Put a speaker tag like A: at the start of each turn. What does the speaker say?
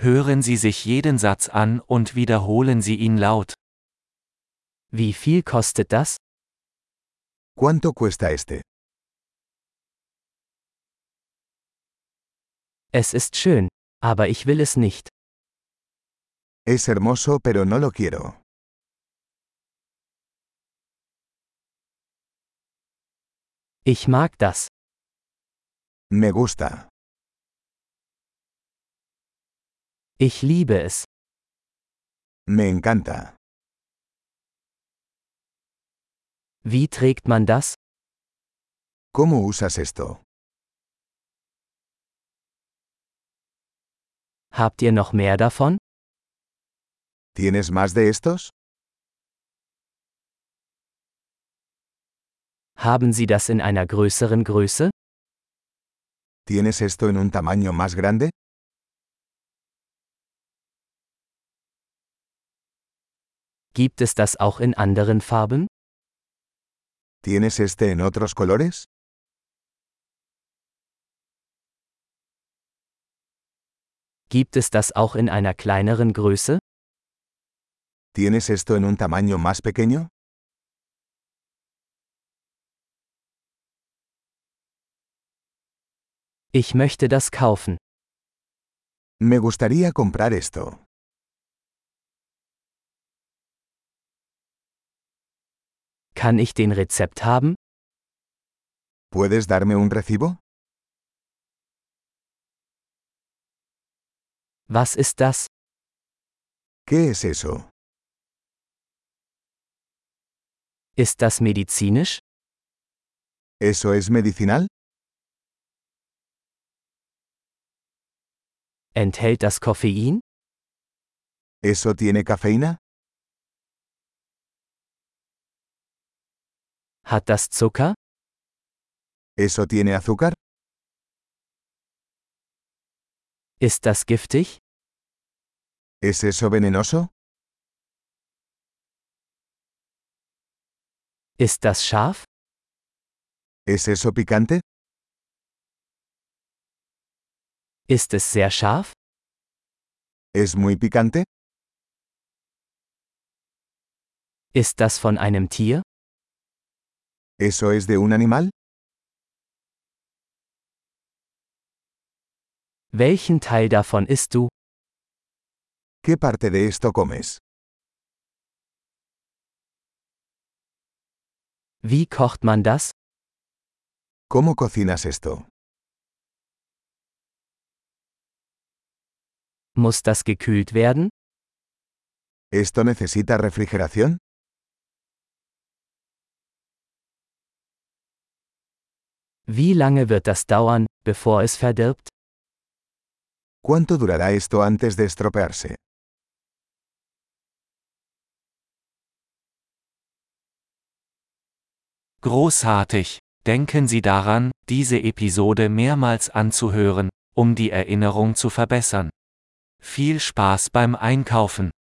A: Hören Sie sich jeden Satz an und wiederholen Sie ihn laut. Wie viel kostet das?
B: ¿Cuánto cuesta este?
A: Es ist schön, aber ich will es nicht.
B: Es hermoso pero no lo quiero.
A: Ich mag das.
B: Me gusta.
A: Ich liebe es.
B: Me encanta.
A: Wie trägt man das?
B: ¿Cómo usas esto?
A: Habt ihr noch mehr davon?
B: ¿Tienes más de estos?
A: Haben Sie das in einer größeren Größe?
B: ¿Tienes esto en un tamaño más grande?
A: Gibt es das auch in anderen Farben?
B: ¿Tienes este en otros colores?
A: Gibt es das auch in einer kleineren Größe?
B: ¿Tienes esto en un tamaño más pequeño?
A: Ich möchte das kaufen.
B: Me gustaría comprar esto.
A: Kann ich den Rezept haben?
B: ¿Puedes darme un recibo?
A: Was ist das?
B: ¿Qué es eso?
A: Ist das medizinisch?
B: ¿Eso es medicinal?
A: Enthält das Koffein?
B: ¿Eso tiene cafeína?
A: Hat das Zucker?
B: ¿Eso tiene azúcar?
A: Ist das giftig?
B: ¿Es eso venenoso?
A: Ist das scharf?
B: ¿Es eso picante?
A: Ist es sehr scharf?
B: ¿Es muy picante?
A: Ist das von einem Tier?
B: ¿Eso es de un animal?
A: Welchen Teil davon isst du?
B: ¿Qué parte de esto comes?
A: Wie kocht man das?
B: ¿Cómo cocinas esto?
A: Muss das gekühlt werden?
B: ¿Esto necesita refrigeración?
A: Wie lange wird das dauern, bevor es verdirbt?
B: ¿Cuánto durará esto antes de estropearse?
C: Großartig! Denken Sie daran, diese Episode mehrmals anzuhören, um die Erinnerung zu verbessern. Viel Spaß beim Einkaufen!